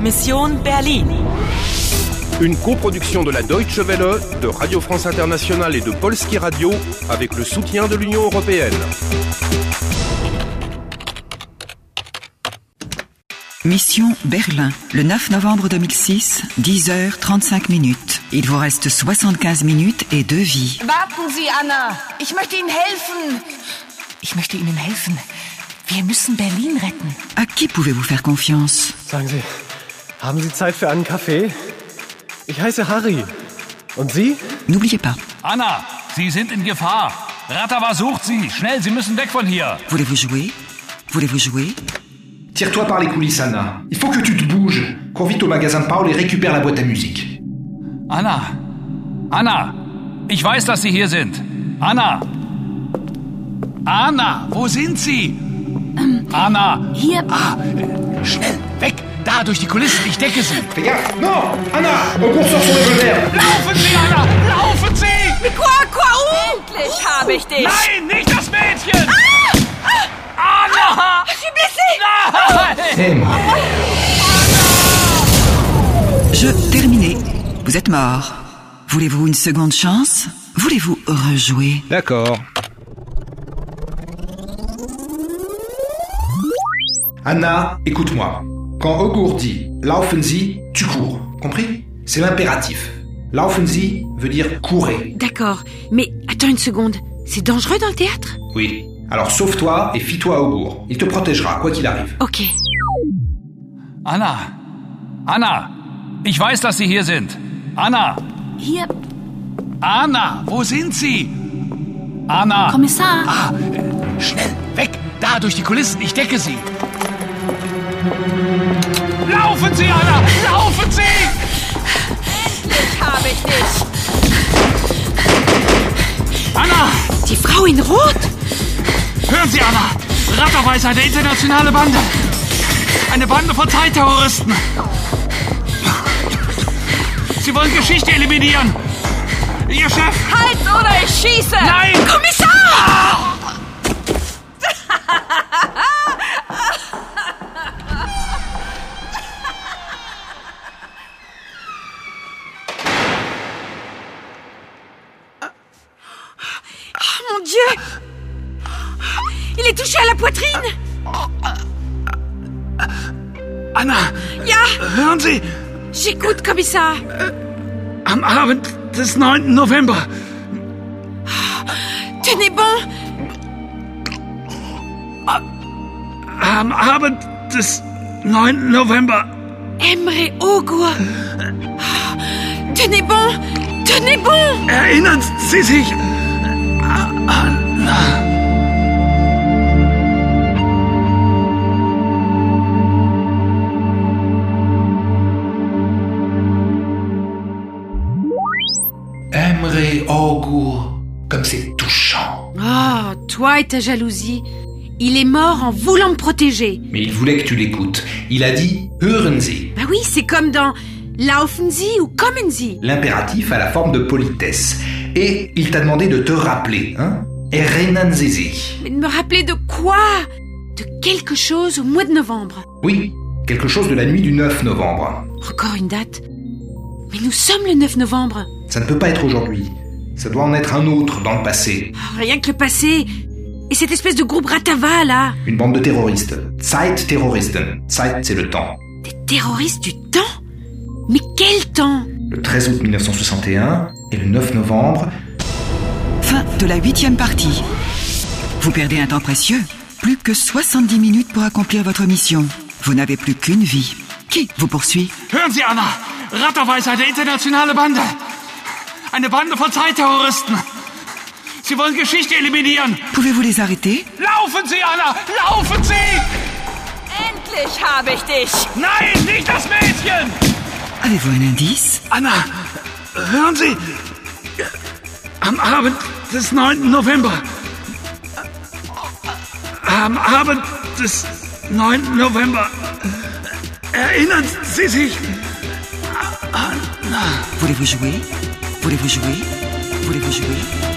Mission Berlin. Une coproduction de la Deutsche Welle, de Radio France Internationale et de Polski Radio avec le soutien de l'Union européenne. Mission Berlin, le 9 novembre 2006, 10h35 minutes. Il vous reste 75 minutes et deux vies. Warten Sie, Anna. Ich möchte Ihnen helfen. Ich möchte Ihnen helfen. Wir müssen Berlin retten. À qui pouvez-vous faire confiance Sagen Sie, haben Sie Zeit für einen Kaffee? Ich heiße Harry. Und Sie? N'oubliez pas, Anna, Sie sind in Gefahr. Ratava sucht Sie. Schnell, Sie müssen weg von hier. voulez-vous jouer Voulez-vous jouer Tire-toi par les coulisses, Anna. Il faut que tu te bouges. Cours vite au magasin de Paul et récupère la boîte à musique. Anna. Anna. Ich weiß, dass Sie hier sind. Anna. Anna, wo sind Sie? Ähm, Anna. Hier. Ah, äh, schnell, weg. Da, durch die Kulissen. Ich decke Sie. Fais gaffe Non Anna On court sur son revolver Laufen Sie, Anna. Laufen Sie. Quoi, quoi, Endlich habe ich dich. Nein, nicht das Mädchen. Anna. Je suis blessée. Nein. Eh, moi. Jeu terminé. Vous êtes mort. Voulez-vous une seconde chance Voulez-vous rejouer D'accord. Anna, écoute-moi. Quand Ogur dit Laufen Sie, tu cours. Compris C'est l'impératif. Laufen Sie veut dire courez. D'accord, mais attends une seconde. C'est dangereux dans le théâtre Oui. Alors sauve-toi et fie-toi à Ogur. Il te protégera, quoi qu'il arrive. Ok. Anna. Anna. Ich weiß, dass Sie hier sind. Anna. Hier, Anna, wo sind Sie? Anna. Kommissar. Ah, äh, schnell, weg! Da, durch die Kulissen, ich decke Sie! Laufen Sie, Anna! Laufen Sie! Endlich habe ich dich. Anna! Die Frau in Rot. Hören Sie, Anna! Ratterweis eine internationale Bande! Eine Bande von Zeitterroristen! Sie wollen Geschichte eliminieren! Ihr Chef! Halt oder ich schieße. Nein! Kommissar! Oh mon Dieu Il est touché à la poitrine Anna, Ja, hören Sie! Äh, j'écoute, Kommissar. Am Abend des 9. November Tenez bon Äh, Am Abend des 9. November. Emre Ogur. Tenez bon Tenez bon Erinnern Sie sich? Emre Ogur. Comme c'est touchant. Oh, toi et ta jalousie. Il est mort en voulant me protéger. Mais il voulait que tu l'écoutes. Il a dit Hören Sie. Bah oui, c'est comme dans Laufen Sie ou Kommen Sie. L'impératif a la forme de politesse. Et il t'a demandé de te rappeler, hein Erinnern Sie sich. Mais de me rappeler de quoi De quelque chose au mois de novembre. Oui, quelque chose de la nuit du 9 novembre. Encore une date Mais nous sommes le 9 novembre. Ça ne peut pas être aujourd'hui. Ça doit en être un autre dans le passé. Oh, rien que le passé. Et cette espèce de groupe Ratava, là. Une bande de terroristes. Zeit Terroristen. Zeit, c'est le temps. Des terroristes du temps Mais quel temps Le 13 août 1961 et le 9 novembre. Fin de la huitième partie. Vous perdez un temps précieux. Plus que 70 minutes pour accomplir votre mission. Vous n'avez plus qu'une vie. Qui vous poursuit Hören Sie, Anna! Ratterweis eine internationale Bande. Eine Bande von Zeitterroristen. Sie wollen Geschichte eliminieren. Pouvez-vous les arrêter Laufen Sie, Anna! Laufen Sie! Endlich habe ich dich. Nein, nicht das Mädchen! Avez-vous un indice Anna, hören Sie! Am Abend des 9. November. Am Abend des 9. November. Erinnern Sie sich? Voulez-vous jouer Voulez-vous jouer Voulez-vous jouer